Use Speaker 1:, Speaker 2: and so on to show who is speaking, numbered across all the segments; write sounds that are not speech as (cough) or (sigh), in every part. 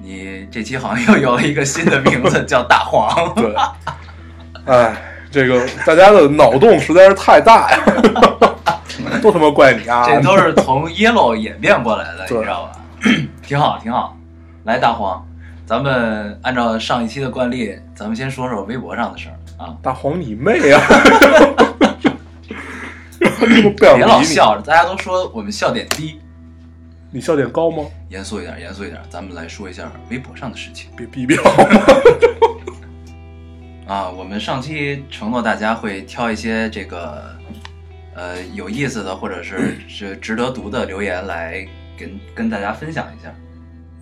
Speaker 1: 你这期好像又有了一个新的名 (laughs) 字，叫大黄。
Speaker 2: 对， (laughs) 哎，这个大家的脑洞实在是太大呀， (laughs) 都他妈怪你啊！
Speaker 1: 这都是从 yellow 演变过来的，你
Speaker 2: 对
Speaker 1: 知道吧？ (clears throat) 挺好，挺好。来，大黄，咱们按照上一期的惯例，咱们先说说微博上的事儿啊。
Speaker 2: 大黄你
Speaker 1: (laughs)
Speaker 2: 妹啊！不想
Speaker 1: 别老
Speaker 2: 理你，
Speaker 1: 笑着，大家都说我们笑点低，
Speaker 2: 你笑点高吗？
Speaker 1: 严肃一点，严肃一点，咱们来说一下微博上的事情
Speaker 2: 别逼逼，
Speaker 1: 啊。我们上期承诺大家会挑一些这个呃有意思的或者
Speaker 2: (clears throat)
Speaker 1: 是是值得读的留言来跟跟大家分享一下。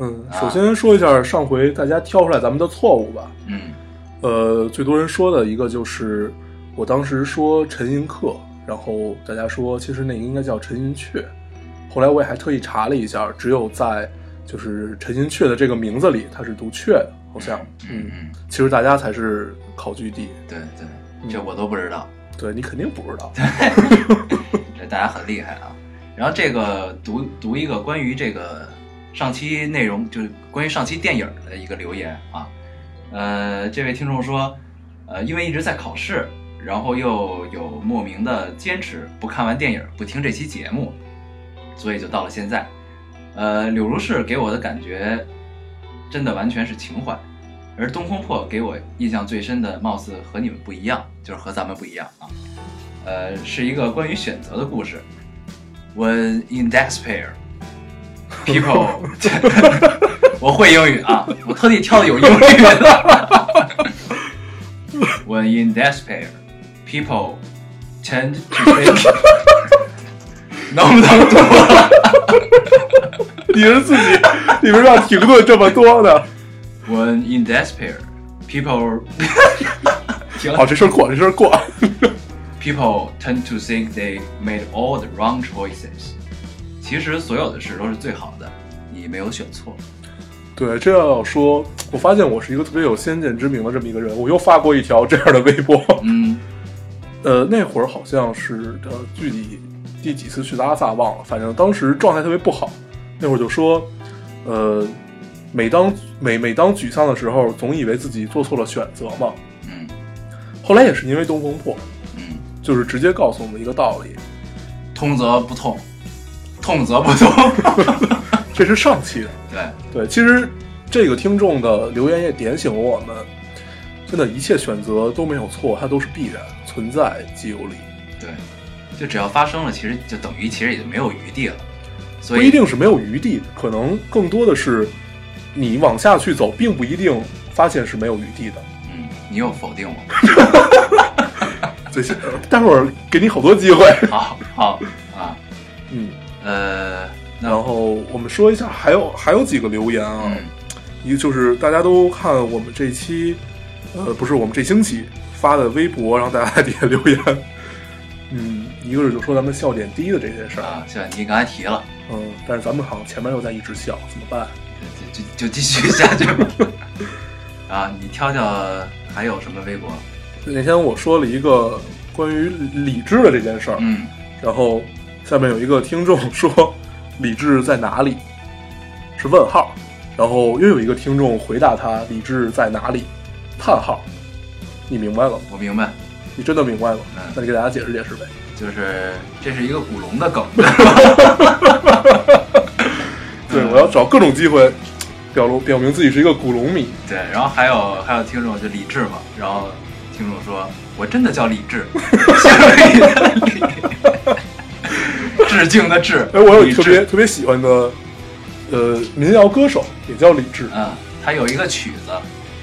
Speaker 2: 嗯，
Speaker 1: 啊
Speaker 2: 首先说一下上回大家挑出来咱们的错误吧。
Speaker 1: 嗯
Speaker 2: 呃，最多人说的一个就是我当时说陈寅恪，然后大家说其实那个应该叫陈寅恪，后来我也还特意查了一下，只有在就是陈寅恪的这个名字里，它是读雀的，好像，
Speaker 1: 嗯，嗯，
Speaker 2: 其实大家才是考据帝，
Speaker 1: 对
Speaker 2: 嗯
Speaker 1: 对，这我都不知道。
Speaker 2: 对你肯定不知
Speaker 1: (laughs)
Speaker 2: 道，
Speaker 1: 这大家很厉害啊。然后这个读读一个关于这个上期内容，就是关于上期电影的一个留言啊。呃，这位听众说，呃，因为一直在考试，然后又有莫名的坚持，不看完电影不听这期节目，所以就到了现在。呃，柳如是给我的感觉真的完全是情怀，而东风破给我印象最深的，貌似和你们不一样，就是和咱们不一样啊。呃，是一个关于选择的故事。When in despair, people，我会英语啊，我特地挑的有英语的。When in despair, people tend to think，能不能读了
Speaker 2: 你是自己，你为什么要停顿这么多呢？
Speaker 1: ？When in despair, people，停了
Speaker 2: 好，这事儿过，这事儿过，
Speaker 1: (laughs) People tend to think they made all the wrong choices。其实所有的事都是最好的，你没有选错。
Speaker 2: 对，这要说，我发现我是一个特别有先见之明的这么一个人，我又发过一条这样的微博。
Speaker 1: 嗯
Speaker 2: 呃，那会儿好像是呃，具体第几次去的拉萨忘了，反正当时状态特别不好。那会儿就说，呃，每当每每当沮丧的时候，总以为自己做错了选择嘛。
Speaker 1: 嗯
Speaker 2: 后来也是因为东风破，
Speaker 1: 嗯，
Speaker 2: 就是直接告诉我们一个道理，
Speaker 1: 痛则不痛，痛则不痛。
Speaker 2: 这是上期的。
Speaker 1: 对，
Speaker 2: 对，其实这个听众的留言也点醒了我们，真的，一切选择都没有错，它都是必然存在即有理，
Speaker 1: 对，就只要发生了，其实就等于其实也就没有余地了。所
Speaker 2: 不
Speaker 1: 以
Speaker 2: 一定是没有余地的，可能更多的是你往下去走，并不一定发现是没有余地
Speaker 1: (laughs)
Speaker 2: 的。
Speaker 1: 嗯，你又否定我。
Speaker 2: 最先， (laughs) 待会儿给你好多机会。
Speaker 1: 好好啊，
Speaker 2: 嗯，
Speaker 1: 呃，那
Speaker 2: 然后我们说一下，还有还有几个留言啊，
Speaker 1: 嗯
Speaker 2: 一个就是大家都看我们这期，呃，不是我们这星期发的微博，然后大家在 (laughs) 底下留言。嗯，一个是就说咱们笑点低的这件事儿，
Speaker 1: 啊，像你刚才提了，
Speaker 2: 嗯，但是咱们好像前面又在一直笑，怎么办？
Speaker 1: 就就就继续下去吧。啊，你挑挑还有什么微博？
Speaker 2: 那天我说了一个关于理智的这件事儿，
Speaker 1: 嗯。
Speaker 2: 然后下面有一个听众说：“理智在哪里？”是问号。然后又有一个听众回答他：“理智在哪里？”叹号。你明白了吗？
Speaker 1: 我明白，
Speaker 2: 你真的明白吗
Speaker 1: 嗯？
Speaker 2: 那你给大家解释解释呗。
Speaker 1: 就是这是一个古龙的梗。嗯
Speaker 2: 对，我要找各种机会表露表明自己是一个古龙迷。
Speaker 1: 对，然后还有还有听众就李志嘛，然后听众说我真的叫李
Speaker 2: (laughs)
Speaker 1: 志，致敬的致。
Speaker 2: 哎，我有
Speaker 1: 嗯李
Speaker 2: 特
Speaker 1: 志
Speaker 2: 别特别喜欢的，呃，民谣歌手也叫李志。
Speaker 1: 嗯，他有一个曲子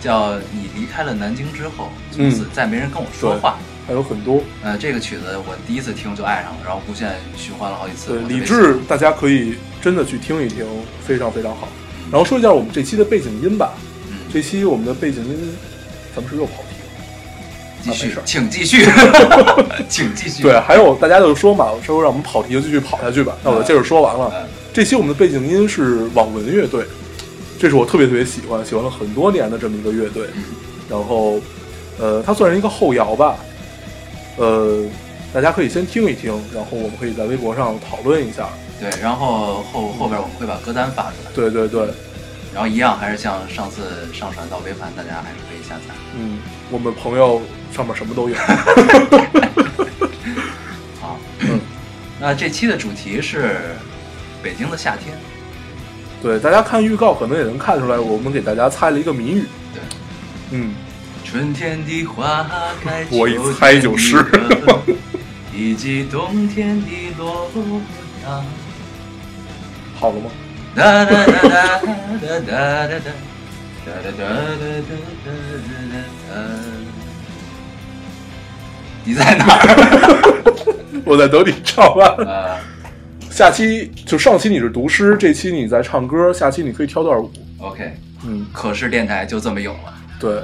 Speaker 1: 叫《你离开了南京之后，从
Speaker 2: 嗯
Speaker 1: 此再没人跟我说话》。
Speaker 2: 还有很多。
Speaker 1: 呃，这个曲子我第一次听就爱上了，然后无限循环了好几次。
Speaker 2: 对
Speaker 1: 我，特别
Speaker 2: 呃李
Speaker 1: 喜欢
Speaker 2: 志，大家可以真的去听一听，非常非常好。然后说一下我们这期的背景音吧，
Speaker 1: 嗯，
Speaker 2: 这期我们的背景音，咱们是不是又跑题了？
Speaker 1: 继
Speaker 2: 啊没
Speaker 1: 续
Speaker 2: 事，
Speaker 1: 请继
Speaker 2: (laughs)
Speaker 1: 续，请继续。
Speaker 2: 对，啊还有大家就说嘛，说让我们跑题就继续跑下去吧。那我就接着说完了。
Speaker 1: 嗯，
Speaker 2: 这期我们的背景音是网文乐队，这是我特别特别喜欢，喜欢了很多年的这么一个乐队。然后，呃，它算是一个后摇吧，呃，大家可以先听一听，然后我们可以在微博上讨论一下。
Speaker 1: 对，然后后后边我们会把歌单发出来，
Speaker 2: 对对对，
Speaker 1: 然后一样还是像上次上传到微盘，大家还是可以下载。
Speaker 2: 嗯，我们朋友上面什么都 (laughs) 有。
Speaker 1: 好，
Speaker 2: 嗯
Speaker 1: 那这期的主题是北京的夏天。
Speaker 2: 对，大家看预告可能也能看出来，我们给大家猜了一个谜语。
Speaker 1: 对，
Speaker 2: 嗯，
Speaker 1: 春天的花开，
Speaker 2: 我一猜就
Speaker 1: 秋
Speaker 2: 是
Speaker 1: 天的歌，以及冬天的落阳。
Speaker 2: 好了吗？
Speaker 1: 哒哒哒哒哒哒哒哒哒哒哒哒哒哒。你在哪儿？
Speaker 2: (laughs) 我在等你唱完。
Speaker 1: 呃
Speaker 2: 下期就上期你是读诗，这期你在唱歌，下期你可以跳段舞。
Speaker 1: ，OK，
Speaker 2: 嗯，
Speaker 1: 可视电台就这么有了。
Speaker 2: 对，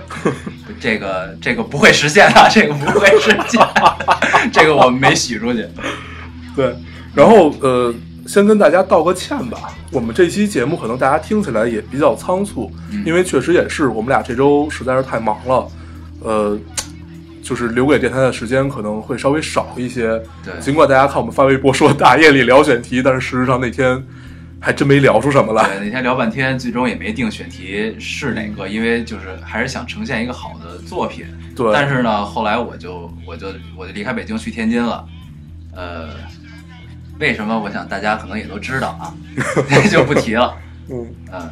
Speaker 2: (laughs)
Speaker 1: 这个这个不会实现的， (laughs) 这个不会实现， (laughs) 这个我们没洗
Speaker 2: (laughs)
Speaker 1: 出去。
Speaker 2: 对，然后呃，先跟大家道个歉吧。我们这期节目可能大家听起来也比较仓促，
Speaker 1: 嗯
Speaker 2: 因为确实也是我们俩这周实在是太忙了，呃，就是留给电台的时间可能会稍微少一些。
Speaker 1: 对
Speaker 2: 尽管大家看我们发微博说大夜里聊选题，但是事实上那天还真没聊出什么来。
Speaker 1: 对，那天聊半天，最终也没定选题是哪
Speaker 2: 嗯
Speaker 1: 个，因为就是还是想呈现一个好的作品。
Speaker 2: 对，
Speaker 1: 但是呢，后来我就我就我就离开北京去天津了。呃，为什么？我想大家可能也都知道
Speaker 2: (laughs)
Speaker 1: 啊，就不提了。
Speaker 2: 嗯，
Speaker 1: 嗯，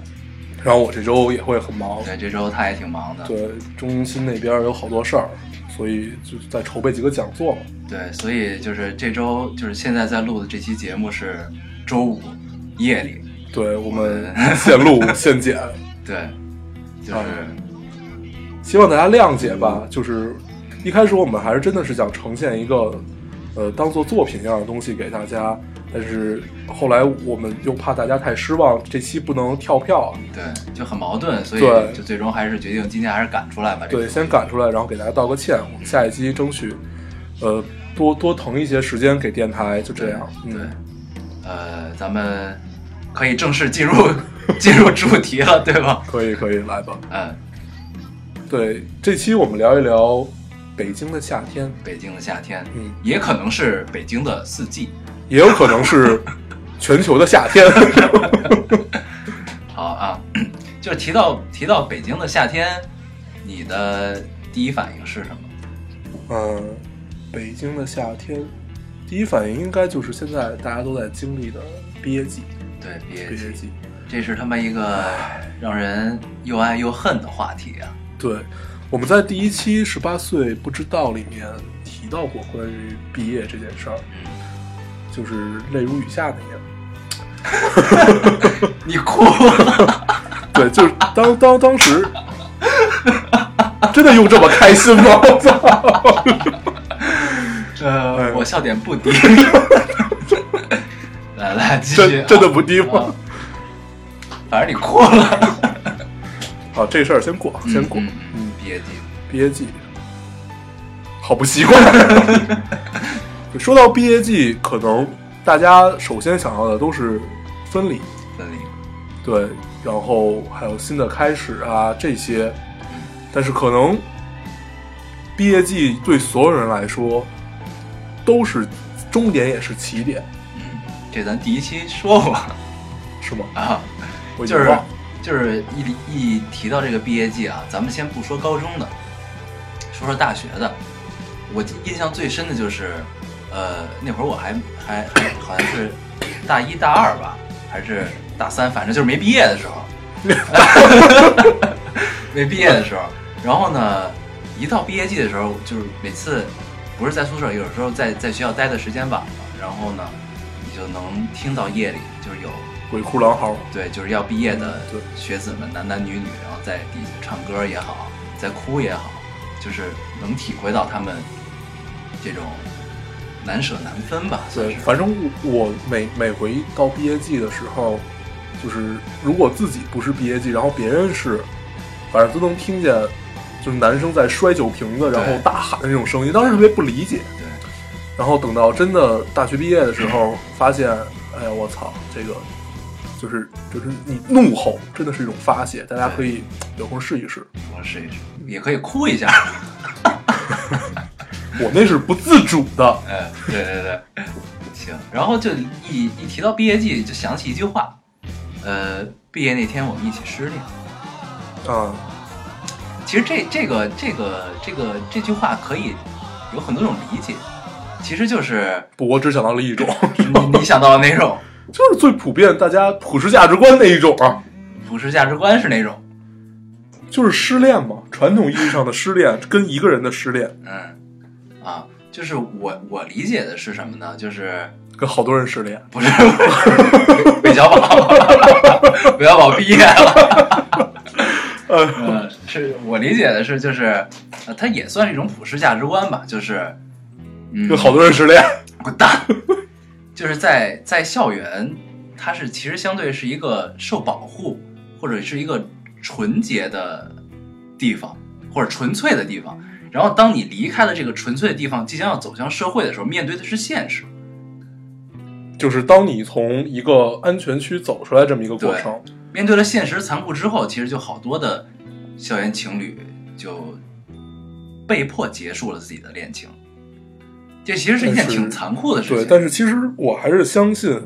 Speaker 2: 然后我这周也会很忙，
Speaker 1: 对，这周他也挺忙的。
Speaker 2: 对，中心那边有好多事儿，所以就在筹备几个讲座嘛。
Speaker 1: 对，所以就是这周就是现在在录的这期节目是周五夜里。呃
Speaker 2: 对我们现录现剪，
Speaker 1: 对，就是、
Speaker 2: 啊希望大家谅解吧。就是一开始我们还是真的是想呈现一个，呃，当做作品一样的东西给大家，但是后来我们又怕大家太失望，这期不能跳票，
Speaker 1: 对，就很矛盾，所以
Speaker 2: 对
Speaker 1: 就最终还是决定今天还是赶出来吧。这个
Speaker 2: 对，先赶出来，然后给大家道个歉。我们下一期争取，呃，多多腾一些时间给电台，就这样。
Speaker 1: 对
Speaker 2: 嗯，，
Speaker 1: 呃，咱们可以正式进入进入主题了，对吧？
Speaker 2: 可以可以，来吧。
Speaker 1: 嗯，
Speaker 2: 对，这期我们聊一聊北京的夏天，
Speaker 1: 北京的夏天，
Speaker 2: 嗯
Speaker 1: 也可能是北京的四季。
Speaker 2: 也有可
Speaker 1: (laughs)
Speaker 2: 能是全球的夏天。
Speaker 1: 好啊， (clears throat) 就是提到提到北京的夏天，你的第一反应是什么？
Speaker 2: 嗯，北京的夏天，第一反应应该就是现在大家都在经历的憋季，
Speaker 1: 对，
Speaker 2: 憋
Speaker 1: 别
Speaker 2: 季。
Speaker 1: 这是他妈一个让人又爱又恨的话题啊。
Speaker 2: 对，我们在第一期《十八岁不知道》里面提到过关于毕业这件事儿，
Speaker 1: 嗯，
Speaker 2: 就是泪如雨下那年。
Speaker 1: (laughs) 你哭了，
Speaker 2: 对，就是当当
Speaker 1: (laughs)
Speaker 2: 当时，真的用这么开心吗？我操！
Speaker 1: 呃，
Speaker 2: 哎
Speaker 1: 我笑点不低。来来，继续啊、
Speaker 2: 真真的不低吗
Speaker 1: 啊？反正你哭了，
Speaker 2: 好，啊这事儿先过，先过。
Speaker 1: 嗯嗯，别急，
Speaker 2: 毕业季，好不习惯。 (laughs) 说到毕业季，可能大家首先想到的都是分离，
Speaker 1: 分离。
Speaker 2: 对，然后还有新的开始啊这些，但是可能毕业季对所有人来说都是终点，也是起点，
Speaker 1: 嗯，这咱第一期说过
Speaker 2: 是吗？
Speaker 1: 啊，
Speaker 2: 我已经
Speaker 1: 就
Speaker 2: 忘
Speaker 1: 是
Speaker 2: 了
Speaker 1: 就是一一提到这个毕业季啊，咱们先不说高中的，说说大学的。我印象最深的就是，呃，那会儿我还还还好像是大一大二吧，还是大三，反正就是没毕业的时候， (laughs) 没毕业的时候。然后呢，一到毕业季的时候，就是每次不是在宿舍，有时候在在学校待的时间晚了，然后呢，你就能听到夜里就是有
Speaker 2: 鬼哭狼嚎，
Speaker 1: 对，就是要毕业的
Speaker 2: 嗯对
Speaker 1: 学子们，男男女女，然后在底下唱歌也好，在哭也好，就是能体会到他们这种难舍难分吧，算
Speaker 2: 对，
Speaker 1: 是。
Speaker 2: 反正我每每回到毕业季的时候，就是如果自己不是 BAG，然后别人是，嗯反正都能听见，就是男生在摔酒瓶子，然后
Speaker 1: 对
Speaker 2: 大喊的那种声音，当时特别不理解。
Speaker 1: 对，
Speaker 2: 然后等到真的大学毕业的时候，发现，哎呀，我操，这个就是就是你怒吼，真的是一种发泄，大家可以有空试一试。
Speaker 1: 我试一试，也可以哭一下。 (laughs)
Speaker 2: 我那是不自主的，
Speaker 1: 哎，对对对，行。然后就一一提到毕业季，就想起一句话，呃，毕业那天我们一起失恋。
Speaker 2: 啊，
Speaker 1: 其实这这个这个这个这句话可以有很多种理解，其实
Speaker 2: (laughs)
Speaker 1: 就是
Speaker 2: 不，我只想到了一种，
Speaker 1: 你你想到的那种
Speaker 2: 就是最普遍大家普世价值观那一种啊，
Speaker 1: 普世价值观是哪种，
Speaker 2: 就是失恋嘛，传统意义上的失恋跟一个人的失恋，
Speaker 1: 嗯，啊，就是我我理解的是什么呢？就是
Speaker 2: 跟好多人失恋，
Speaker 1: 不是 (laughs) 韦小宝，韦小宝毕业了。
Speaker 2: 呃，
Speaker 1: 呃，是我理解的是，就是，呃，它也算是一种普世价值观吧，就是，嗯，
Speaker 2: 跟好多人失恋， (laughs)
Speaker 1: 滚蛋，就是在在校园，它是其实相对是一个受保护或者是一个纯洁的地方，或者纯粹的地方。然后，当你离开了这个纯粹的地方，即将要走向社会的时候，面对的是现实。
Speaker 2: 就是当你从一个安全区走出来这么一个过程，
Speaker 1: 面对了现实残酷之后，其实就好多的校园情侣就被迫结束了自己的恋情。这其实是一件
Speaker 2: 但是
Speaker 1: 挺残酷的事情。
Speaker 2: 对，但是其实我还是相信，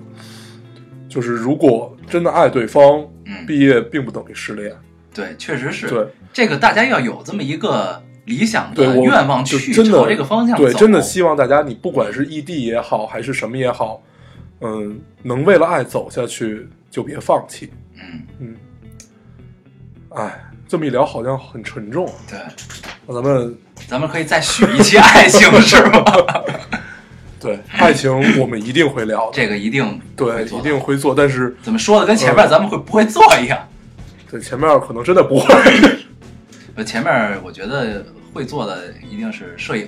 Speaker 2: 就是如果真的爱对方，
Speaker 1: 嗯
Speaker 2: 毕业并不等于失恋，
Speaker 1: 对，确实是。
Speaker 2: 对，
Speaker 1: 这个大家要有这么一个理想
Speaker 2: 对
Speaker 1: 的
Speaker 2: 我
Speaker 1: 愿望
Speaker 2: 就
Speaker 1: 去
Speaker 2: 真的
Speaker 1: 朝这个方向走。
Speaker 2: 对，真的希望大家，你不管是异地也好，还是什么也好，嗯，能为了爱走下去，就别放弃。
Speaker 1: 嗯，
Speaker 2: 嗯，哎，这么一聊好像很沉重啊。
Speaker 1: 对，
Speaker 2: 那咱们
Speaker 1: 咱们可以再续一期爱情，
Speaker 2: (laughs)
Speaker 1: 是吧？
Speaker 2: 对爱情，我们一定会聊的，
Speaker 1: 这个一定
Speaker 2: 对，
Speaker 1: 会做
Speaker 2: 一
Speaker 1: 的
Speaker 2: 定嗯会做。但是
Speaker 1: 怎么说的，跟前面咱们会不会做一样。
Speaker 2: 对前面可能真的不会。 (laughs)
Speaker 1: 呃，前面我觉得会做的一定是摄影，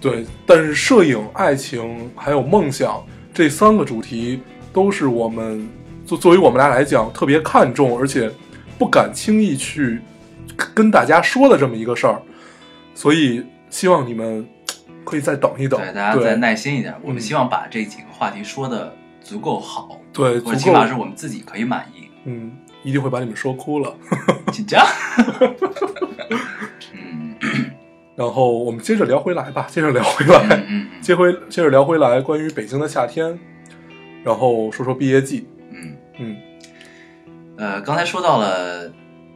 Speaker 2: 对，但是摄影、爱情还有梦想这三个主题，都是我们作作为我们俩来讲特别看重，而且不敢轻易去跟大家说的这么一个事儿，所以希望你们可以再等一等，
Speaker 1: 对，大家
Speaker 2: 对
Speaker 1: 再耐心一点。我
Speaker 2: 嗯
Speaker 1: 们希望把这几个话题说的足够好，
Speaker 2: 对
Speaker 1: 或者
Speaker 2: 足
Speaker 1: 起
Speaker 2: 够
Speaker 1: 码是我们自己可以满意。
Speaker 2: 嗯，一定会把你们说哭了。
Speaker 1: 紧
Speaker 2: (laughs)
Speaker 1: 张。嗯
Speaker 2: 然后我们接着聊回来吧，接着聊回来。
Speaker 1: 嗯嗯嗯
Speaker 2: 接回接着聊回来关于北京的夏天，然后说说毕业季。
Speaker 1: 嗯。
Speaker 2: 嗯，
Speaker 1: 呃，刚才说到了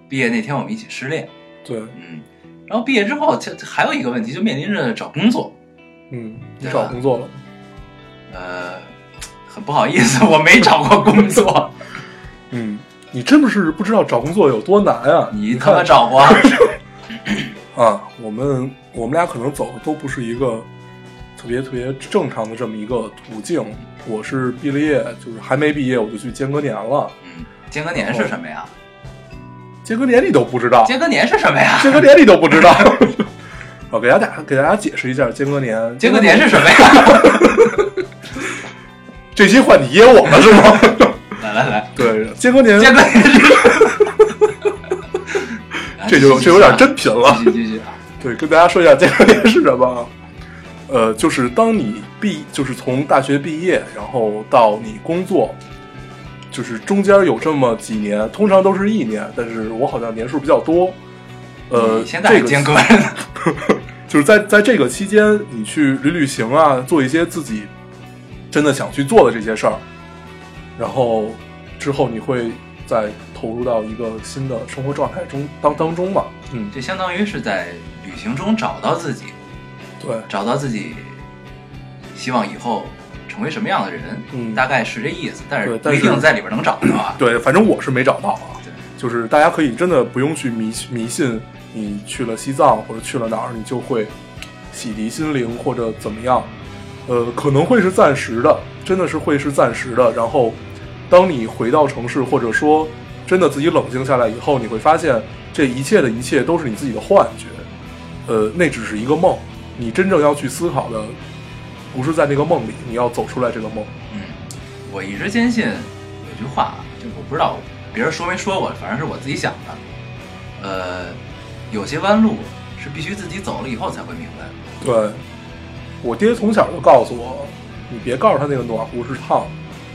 Speaker 1: 毕业那天我们一起失恋，
Speaker 2: 对，
Speaker 1: 嗯，然后毕业之后，这这还有一个问题，就面临着找工作，
Speaker 2: 嗯，你
Speaker 1: 对啊
Speaker 2: 找
Speaker 1: 吧
Speaker 2: 工作了吗？
Speaker 1: 呃，很不好意思，我没找过工
Speaker 2: (laughs)
Speaker 1: 作，
Speaker 2: 嗯，你真不是不知道找工作有多难啊！
Speaker 1: 你他
Speaker 2: 看
Speaker 1: 妈找过？
Speaker 2: 啊，我们我们俩可能走的都不是一个特别特别正常的这么一个途径。我是毕了业，就是还没毕业我就去间隔年了，
Speaker 1: 嗯，间隔年是什么呀？
Speaker 2: 间隔年你都不知道，
Speaker 1: 间隔年是什么呀？
Speaker 2: 间隔年你都不知道。 (laughs) 我给大家给大家解释一下间隔年，
Speaker 1: 间隔年是什么呀？ (laughs)
Speaker 2: 这期换你噎我了
Speaker 1: (laughs)
Speaker 2: 是吗？ (laughs)
Speaker 1: 来来来，
Speaker 2: 对，间隔年
Speaker 1: 间隔年 (laughs) 是。啊
Speaker 2: 这
Speaker 1: 哎
Speaker 2: 就这有点真贫了。
Speaker 1: 继续继续啊！
Speaker 2: 对，跟大家说一下间隔年是什么啊。呃，就是当你毕，就是从大学毕业，然后到你工作，就是中间有这么几年，通常都是一年，但是我好像年数比较多。呃，
Speaker 1: 你现在还
Speaker 2: 这个
Speaker 1: 间隔，
Speaker 2: 就是在在这个期间，你去旅旅行啊，做一些自己真的想去做的这些事儿，然后之后你会再投入到一个新的生活状态中当当中嘛。嗯，
Speaker 1: (laughs) 这相当于是在旅行中找到自己，
Speaker 2: 对。
Speaker 1: 找到自己希望以后成为什么样的人，
Speaker 2: 嗯
Speaker 1: 大概是这意思，但
Speaker 2: 对
Speaker 1: 是不
Speaker 2: 但
Speaker 1: 一
Speaker 2: 是
Speaker 1: 定在里边能找到啊。
Speaker 2: 对，反正我是没找到啊。
Speaker 1: 对，
Speaker 2: 就是大家可以真的不用去迷迷信，你去了西藏或者去了哪儿，你就会洗涤心灵或者怎么样。呃，可能会是暂时的，真的是会是暂时的。然后，当你回到城市，或者说真的自己冷静下来以后，你会发现这一切的一切都是你自己的幻觉。呃，那只是一个梦。你真正要去思考的，不是在那个梦里，你要走出来这个梦。
Speaker 1: 嗯，我一直坚信有句话啊，就我不知道别人说没说过，反正是我自己想的。呃，有些弯路是必须自己走了以后才会明白的。
Speaker 2: 对，我爹从小就告诉我，你别告诉他那个暖壶是烫的，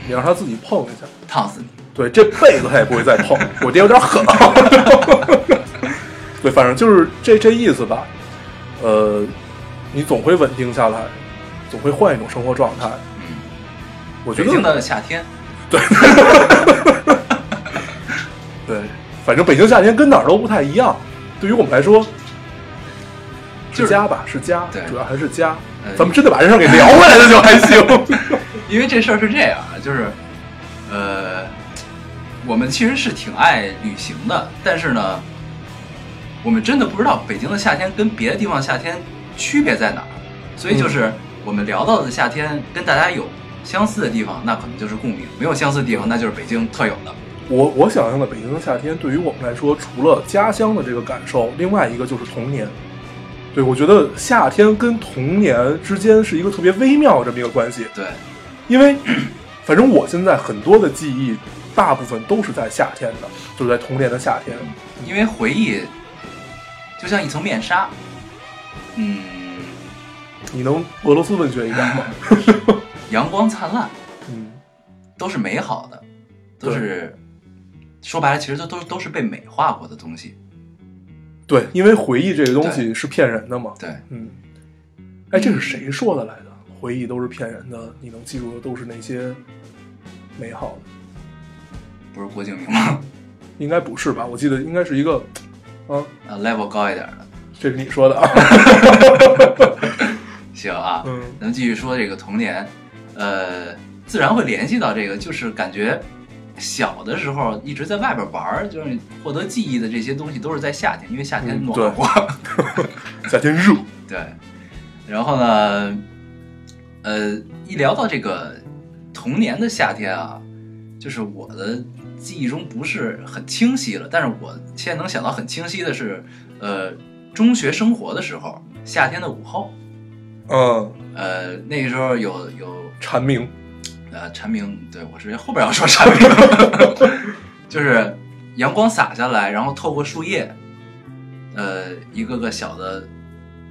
Speaker 2: 你让他自己碰一下。
Speaker 1: 烫死你！
Speaker 2: 对，这辈子他也不会再碰。我爹有点狠。啊 (laughs) 对，反正就是这这意思吧。呃，你总会稳定下来，总会换一种生活状态。
Speaker 1: 嗯，
Speaker 2: 我觉
Speaker 1: 北京
Speaker 2: 得
Speaker 1: 的夏天，
Speaker 2: 对，反正北京夏天跟哪儿都不太一样。对于我们来说，
Speaker 1: 就是
Speaker 2: 是家吧，是家
Speaker 1: 对，
Speaker 2: 主要还是家
Speaker 1: 呃。
Speaker 2: 咱们真的把这事儿给聊回来了就还
Speaker 1: (laughs)
Speaker 2: 行。
Speaker 1: 因为这事儿是这样啊，就是，呃，我们其实是挺爱旅行的，但是呢，我们真的不知道北京的夏天跟别的地方夏天区别在哪儿，所以就是我们聊到的夏天跟大家有相似的地方，那可能就是共鸣；没有相似的地方，那就是北京特有的。
Speaker 2: 我我想象的北京的夏天，对于我们来说，除了家乡的这个感受，另外一个就是童年。对，我觉得夏天跟童年之间是一个特别微妙的这么一个关系，
Speaker 1: 对，
Speaker 2: 因为反正我现在很多的记忆，大部分都是在夏天的，就是在童年的夏天。
Speaker 1: 因为回忆就像一层面纱，嗯，
Speaker 2: 你能俄罗斯文学一点吗？
Speaker 1: 阳光灿烂，
Speaker 2: 嗯，
Speaker 1: 都是美好的，都是说白了，其实都都都是被美化过的东西。
Speaker 2: 对，因为回忆这个东西是骗人的嘛。
Speaker 1: 对，
Speaker 2: 嗯，哎，这是谁说的来的？回忆都是骗人的，你能记住的都是那些美好的。
Speaker 1: 不是郭敬明吗？ (laughs)
Speaker 2: 应该不是吧？我记得应该是一个，啊，
Speaker 1: 呃，level 高一点的。
Speaker 2: 这是你说的啊。
Speaker 1: 行啊，
Speaker 2: 嗯
Speaker 1: 咱们继续说这个童年，呃，自然会联系到这个，就是感觉小的时候一直在外边玩儿，就是获得记忆的这些东西都是在夏天，因为夏天
Speaker 2: 嗯
Speaker 1: 暖和。
Speaker 2: 夏天热，
Speaker 1: 对，然后呢，呃，一聊到这个童年的夏天啊，就是我的记忆中不是很清晰了，但是我现在能想到很清晰的是，呃，中学生活的时候，夏天的午后，
Speaker 2: 嗯，
Speaker 1: 呃，那个时候有有
Speaker 2: 蝉鸣，
Speaker 1: 呃蝉鸣，对我是后边要说蝉鸣，就是阳光洒下来，然后透过树叶，呃，一个个小的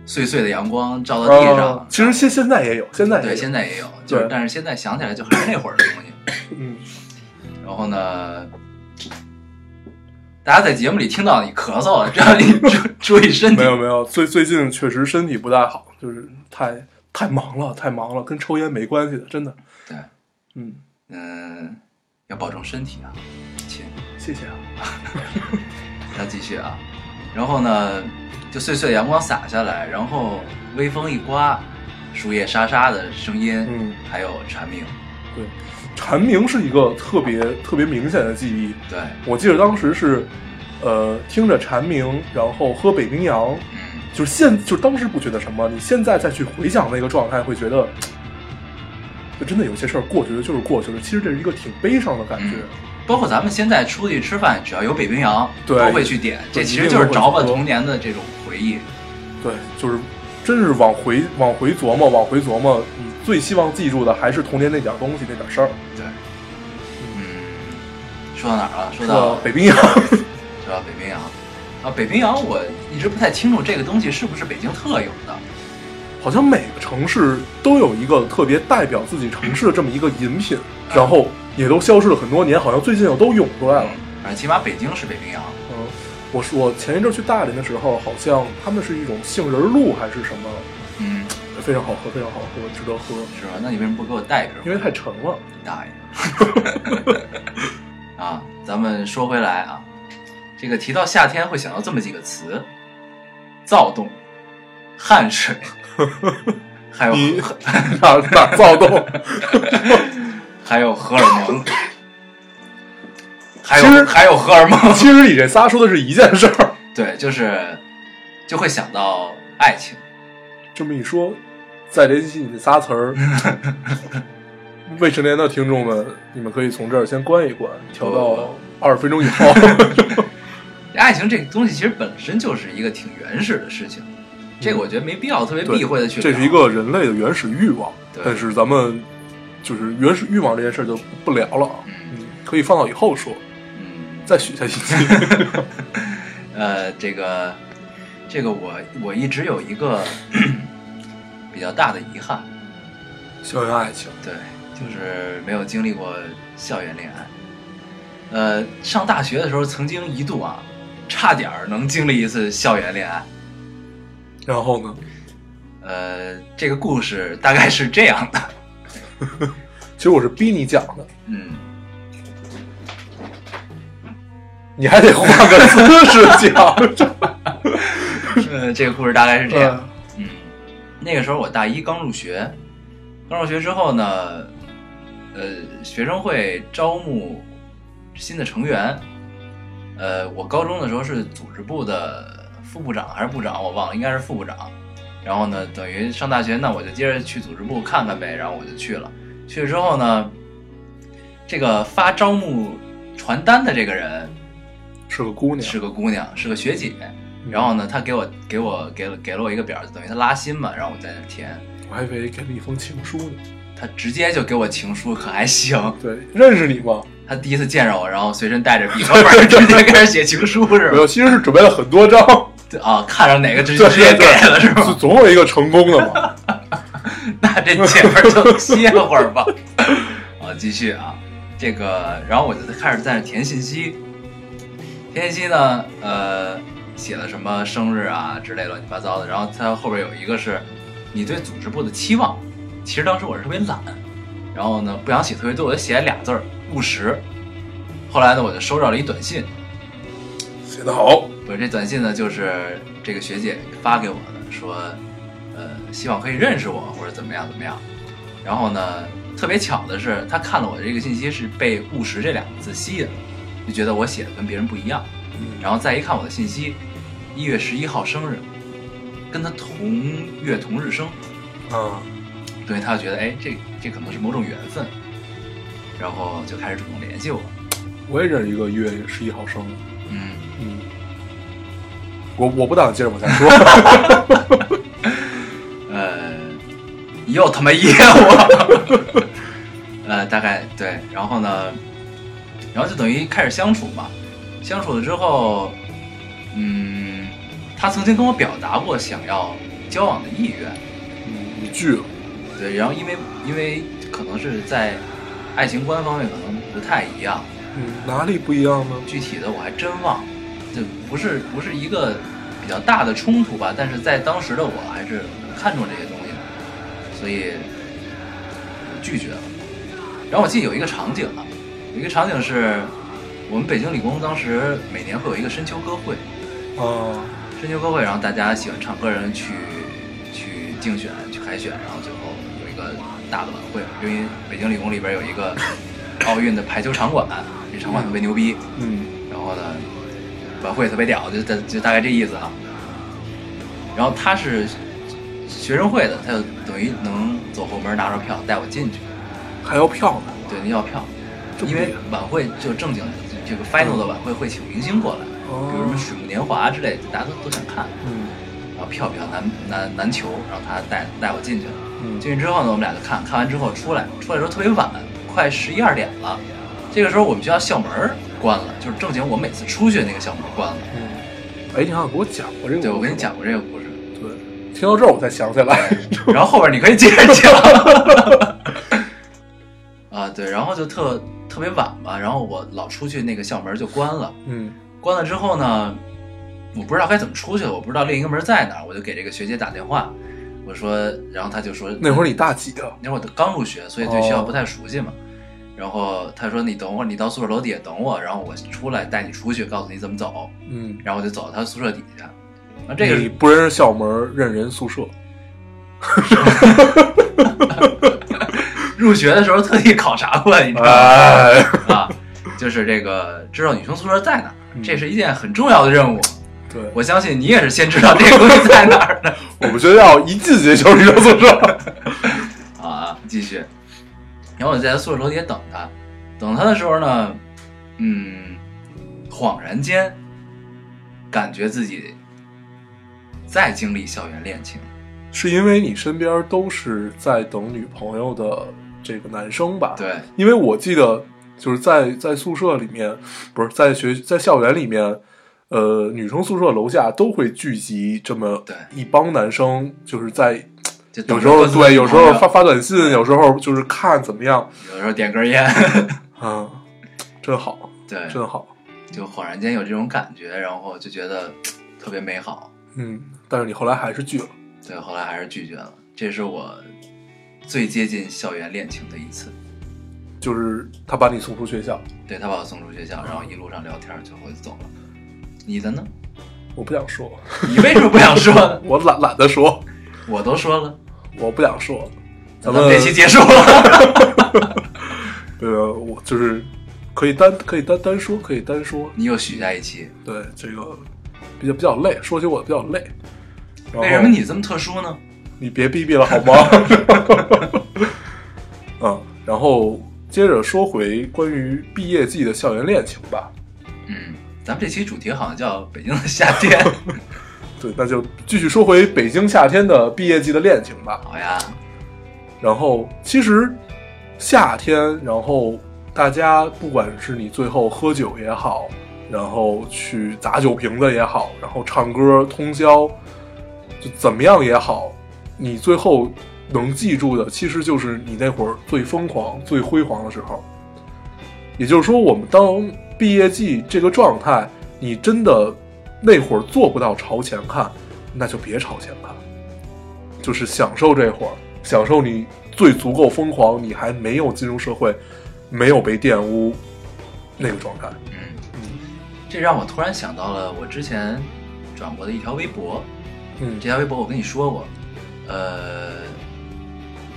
Speaker 1: 碎碎的阳光照到地上，
Speaker 2: 啊其实现现在也有，现在也
Speaker 1: 对，
Speaker 2: 有
Speaker 1: 现在也有，就是
Speaker 2: 对
Speaker 1: 但是现在想起来就还是那会儿的东西。
Speaker 2: (laughs) 嗯，
Speaker 1: 然后呢，大家在节目里听到你咳嗽了，让你注 (laughs) 注意身体
Speaker 2: 没。有没有，最最近确实身体不太好，就是太太忙了，太忙了，跟抽烟没关系的，真的。
Speaker 1: 对，
Speaker 2: 嗯，
Speaker 1: 嗯，要保重身体啊，亲。
Speaker 2: 谢谢啊。
Speaker 1: 那继续啊，然后呢，就碎碎阳光洒下来，然后微风一刮，树叶沙沙的声音，
Speaker 2: 嗯，
Speaker 1: 还有蝉鸣，
Speaker 2: 对，蝉鸣是一个特别特别明显的记忆。
Speaker 1: 对，
Speaker 2: 我记得当时是，呃，听着蝉鸣，然后喝北冰洋，
Speaker 1: 嗯，
Speaker 2: 就是现就是当时不觉得什么，你现在再去回想那个状态，会觉得，就真的有些事儿过去了就是过去了。其实这是一个挺悲伤的感觉。
Speaker 1: 包括咱们现在出去吃饭，只要有北冰洋，
Speaker 2: 对
Speaker 1: 都会去点，这
Speaker 2: 对
Speaker 1: 其实就是找我
Speaker 2: 一定会
Speaker 1: 童年的这种回忆，
Speaker 2: 对，就是真是往回往回琢磨，往回琢磨，你最希望记住的还是童年那点儿东西，那点儿事儿。
Speaker 1: 对，嗯，说到哪儿了？说
Speaker 2: 呃
Speaker 1: 到，
Speaker 2: 北冰洋， (laughs)
Speaker 1: 说到北冰洋啊，北冰洋我一直不太清楚这个东西是不是北京特有的，
Speaker 2: 好像每个城市都有一个特别代表自己城市的这么一个饮品，然后也都消失了很多年，好像最近又都涌出来了。
Speaker 1: 嗯反正起码北京是北冰洋，
Speaker 2: 嗯，我是我前一阵儿去大连的时候，好像他们是一种杏仁露还是什么，
Speaker 1: 嗯，
Speaker 2: 非常好喝，非常好喝，值得喝，
Speaker 1: 是吧？那你为什么不给我带一瓶？
Speaker 2: 因为太沉
Speaker 1: (laughs)
Speaker 2: 了。
Speaker 1: 大爷！ (laughs) 啊，咱们说回来啊，这个提到夏天会想到这么几个词：躁动、汗水，还有
Speaker 2: 你
Speaker 1: 荷
Speaker 2: 哪哪躁动？
Speaker 1: 还有荷尔
Speaker 2: (coughs)
Speaker 1: 蒙，还
Speaker 2: 其
Speaker 1: 有
Speaker 2: 实
Speaker 1: 还有荷尔蒙。
Speaker 2: 其实你这仨说的是一件事儿。
Speaker 1: 对，就是就会想到爱情。
Speaker 2: 这么一说，再联系你这仨
Speaker 1: (laughs)
Speaker 2: 词儿，未成年的听众们，你们可以从这儿先关一关，调到二十分钟以后。
Speaker 1: (laughs) 爱情这个东西其实本身就是一个挺原始的事情，这个我觉得没必要特别避讳的去聊。
Speaker 2: 嗯这是一个人类的原始欲望
Speaker 1: 对，
Speaker 2: 但是咱们就是原始欲望这件事儿就不聊了啊。
Speaker 1: 嗯
Speaker 2: 嗯，可以放到以后说，
Speaker 1: 嗯，
Speaker 2: 再许下
Speaker 1: (laughs)
Speaker 2: 一期。
Speaker 1: 呃，这个这个我我一直有一个比较大的遗憾，
Speaker 2: 校园爱情，
Speaker 1: 对，就是没有经历过校园恋爱。呃，上大学的时候曾经一度啊，差点儿能经历一次校园恋爱。
Speaker 2: 然后呢，
Speaker 1: 呃，这个故事大概是这样的，
Speaker 2: 其实我是逼你讲的，
Speaker 1: 嗯，
Speaker 2: 你还得换个姿势讲。
Speaker 1: (laughs) 呃，这个故事大概是这样。(laughs)
Speaker 2: 嗯
Speaker 1: 嗯，那个时候我大一刚入学，刚入学之后呢，呃，学生会招募新的成员。呃，我高中的时候是组织部的副部长还是部长，我忘了，应该是副部长。然后呢，等于上大学呢，我就接着去组织部看看呗，然后我就去了。去了之后呢，这个发招募传单的这个人
Speaker 2: 是个姑娘，
Speaker 1: 是个姑娘，是个学姐。
Speaker 2: 嗯
Speaker 1: 然后呢，她给我给我给了给了我一个表，等于她拉新嘛，让我在那儿填。
Speaker 2: 我还以为给了一封情书呢。
Speaker 1: 她直接就给我情书，可还行。
Speaker 2: 对，认识你吗？
Speaker 1: 她第一次见着我，然后随身带着笔
Speaker 2: (laughs)
Speaker 1: 和本儿，直接开始写情书是
Speaker 2: 没
Speaker 1: 吧
Speaker 2: 有，？其实是准备了很多张，
Speaker 1: 对啊，看上哪个直
Speaker 2: 对
Speaker 1: 接直接
Speaker 2: 对
Speaker 1: 给了是
Speaker 2: 对，
Speaker 1: 吧？
Speaker 2: 总有一个成功的 (laughs) 嘛。
Speaker 1: (laughs) 那这姐们儿就歇会儿吧。啊，继续啊，这个，然后我就开始在那填信息，填信息呢，呃，写了什么生日啊之类乱七八糟的，然后它后边有一个是你对组织部的期望，其实当时我是特别懒，然后呢不想写特别多，我就写了俩字儿务实。后来呢，我就收到了一短信，
Speaker 2: 写得好，
Speaker 1: 我这短信呢，就是这个学姐发给我的，说，呃，希望可以认识我，或者怎么样怎么样。然后呢，特别巧的是，她看了我的这个信息是被“务实”这两个字吸引了，就觉得我写的跟别人不一样。然后再一看我的信息，一月十一号生日，跟她同月同日生，
Speaker 2: 啊，
Speaker 1: 所以她就觉得，哎，这这可能是某种缘分，然后就开始主动联系我。
Speaker 2: 我也认识一个一月十一号生的，
Speaker 1: 嗯，
Speaker 2: 嗯，我我不打算接着往下 (laughs) 说，
Speaker 1: 呃，又他妈噎我， (laughs) 呃，大概对，然后呢，然后就等于开始相处嘛，相处了之后，嗯，他曾经跟我表达过想要交往的意愿，
Speaker 2: 嗯你拒了，
Speaker 1: 对，然后因为因为可能是在爱情观方面可能不太一样，
Speaker 2: 嗯，哪里不一样呢？
Speaker 1: 具体的我还真忘了，就不是不是一个比较大的冲突吧，但是在当时的我还是很看重这些东西的，所以我拒绝了。然后我记得有一个场景啊，有一个场景是我们北京理工当时每年会有一个深秋歌会，
Speaker 2: 啊，
Speaker 1: 深秋歌会，然后大家喜欢唱歌的人去去竞选、去海选，然后最后有一个大的晚会，因为北京理工里边有一个奥运的排球场馆，这场馆特别牛逼。
Speaker 2: 嗯，
Speaker 1: 然后呢，晚会特别屌，就大就大概这意思啊。然后他是学生会的，他就等于能走后门拿着票带我进去，
Speaker 2: 还要票呢，
Speaker 1: 对，要票，
Speaker 2: 这么啊
Speaker 1: 因为
Speaker 2: 厉害
Speaker 1: 晚会就正经这个 final 的晚会会请明星过来，
Speaker 2: 哦
Speaker 1: 比如什么《水木年华》之类的，大家都都想看。
Speaker 2: 嗯
Speaker 1: 然后票比较难难难求，然后他带带我进去了。
Speaker 2: 嗯
Speaker 1: 进去之后呢，我们俩就看看完之后出来，出来的时候特别晚，快十一二点了。这个时候我们学校校门儿关了，就是正经我每次出去那个校门儿关了。
Speaker 2: 嗯，哎，你好像给我讲过这个，
Speaker 1: 对，我跟你，讲过这个
Speaker 2: (laughs)
Speaker 1: 故事，
Speaker 2: 对，听到这儿我才想起来，
Speaker 1: 然后后边你可以接着讲。啊，对，然后就特特别晚吧，然后我老出去那个校门儿就关了，
Speaker 2: 嗯
Speaker 1: 关了之后呢，我不知道该怎么出去了，我不知道另一个门儿在哪儿，我就给这个学姐打电话，我说，然后她就说
Speaker 2: 那会儿你大几啊？
Speaker 1: 那会儿我刚入学，所以对学校不
Speaker 2: 哦
Speaker 1: 太熟悉嘛。然后他说：“你等会儿，你到宿舍楼底下等我，然后我出来带你出去，告诉你怎么走。
Speaker 2: 嗯”，
Speaker 1: 然后我就走到他宿舍底下。然后这个
Speaker 2: 你
Speaker 1: 是
Speaker 2: 不认识校门，认人宿舍，
Speaker 1: 入学的时候特地考察过的，你知道吗？
Speaker 2: (laughs) 哎，
Speaker 1: 啊，就是这个知道女生宿舍在哪儿，
Speaker 2: 嗯
Speaker 1: 这是一件很重要的任务。
Speaker 2: (laughs) 对，
Speaker 1: 我相信你也是先知道这个东西在哪儿的
Speaker 2: 我们学校一进去就是一个宿舍，
Speaker 1: 啊。继续，然后我就在宿舍楼底下等他，等他的时候呢，嗯，恍然间感觉自己在经历校园恋情。
Speaker 2: (laughs) 是因为你身边都是在等女朋友的这个男生吧？，
Speaker 1: 对，
Speaker 2: 因为我记得就是在在宿舍里面，不是在学在校园里面，呃，女生宿舍楼下都会聚集这么
Speaker 1: 对
Speaker 2: 一帮男生，就是在
Speaker 1: 就等着
Speaker 2: 有时候
Speaker 1: 各自
Speaker 2: 对，有时候
Speaker 1: 朋友
Speaker 2: 发发短信，有时候就是看怎么样
Speaker 1: 有时候点根
Speaker 2: (laughs)
Speaker 1: 烟，
Speaker 2: 啊，真好，
Speaker 1: 对，
Speaker 2: 真好，
Speaker 1: 就恍然间有这种感觉，然后就觉得特别美好。
Speaker 2: 嗯，但是你后来还是拒了，
Speaker 1: 对，后来还是拒绝了。这是我最接近校园恋情的一次。
Speaker 2: 就是他把你送出学校，
Speaker 1: 对他把我送出学校，然后一路上聊天，最后就走了。你的呢？
Speaker 2: 我不想说， (laughs)
Speaker 1: 你为什么不想说呢？
Speaker 2: 我懒懒得说，
Speaker 1: (laughs) 我都说了，
Speaker 2: 我不想说，
Speaker 1: 咱
Speaker 2: 们
Speaker 1: 们这期结束了。
Speaker 2: 呃，我就是可以单可以单单说，可以单说，
Speaker 1: 你又许下一期，
Speaker 2: 对这个比较比较累，说起我比较累。然后
Speaker 1: 为什么你这么特殊呢？
Speaker 2: 你别逼逼了好吗？ (laughs) 嗯，然后接着说回关于毕业季的校园恋情吧。
Speaker 1: 嗯，咱们这期主题好像叫《北京的夏天》。
Speaker 2: 对，那就继续说回北京夏天的毕业季的恋情吧。
Speaker 1: 好呀，
Speaker 2: 然后其实夏天，然后大家不管是你最后喝酒也好，然后去砸酒瓶子也好，然后唱歌通宵，就怎么样也好，你最后能记住的，其实就是你那会儿最疯狂、最辉煌的时候。也就是说，我们当毕业季这个状态，你真的那会儿做不到朝前看，那就别朝前看。就是享受这会儿，享受你最足够疯狂，你还没有进入社会，没有被玷污那个状态。
Speaker 1: 嗯，这让我突然想到了我之前转过的一条微博。
Speaker 2: 嗯
Speaker 1: 这条微博我跟你说过，呃，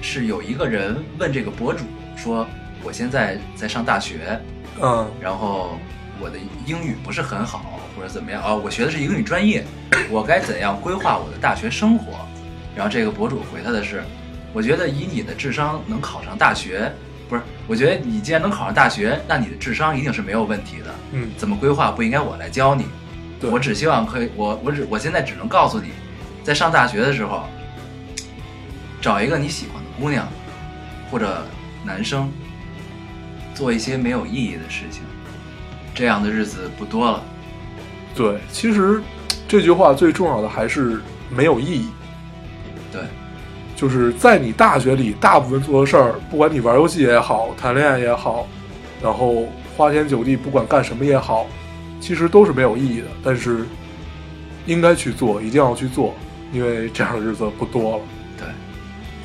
Speaker 1: 是有一个人问这个博主说，我现在在上大学，
Speaker 2: 嗯
Speaker 1: 然后我的英语不是很好，或者怎么样啊、我学的是英语专业，我该怎样规划我的大学生活？然后这个博主回他的是，我觉得以你的智商能考上大学，不是，我觉得你既然能考上大学，那你的智商一定是没有问题的。
Speaker 2: 嗯，
Speaker 1: 怎么规划不应该我来教你，
Speaker 2: 对
Speaker 1: 我只希望可以，我我只我现在只能告诉你，在上大学的时候，找一个你喜欢的姑娘或者男生，做一些没有意义的事情，这样的日子不多了。
Speaker 2: 对，其实这句话最重要的还是没有意义。
Speaker 1: 对，
Speaker 2: 就是在你大学里，大部分做的事儿，不管你玩游戏也好，谈恋爱也好，然后花天酒地，不管干什么也好，其实都是没有意义的。但是应该去做，一定要去做，因为这样的日子不多了。
Speaker 1: 对，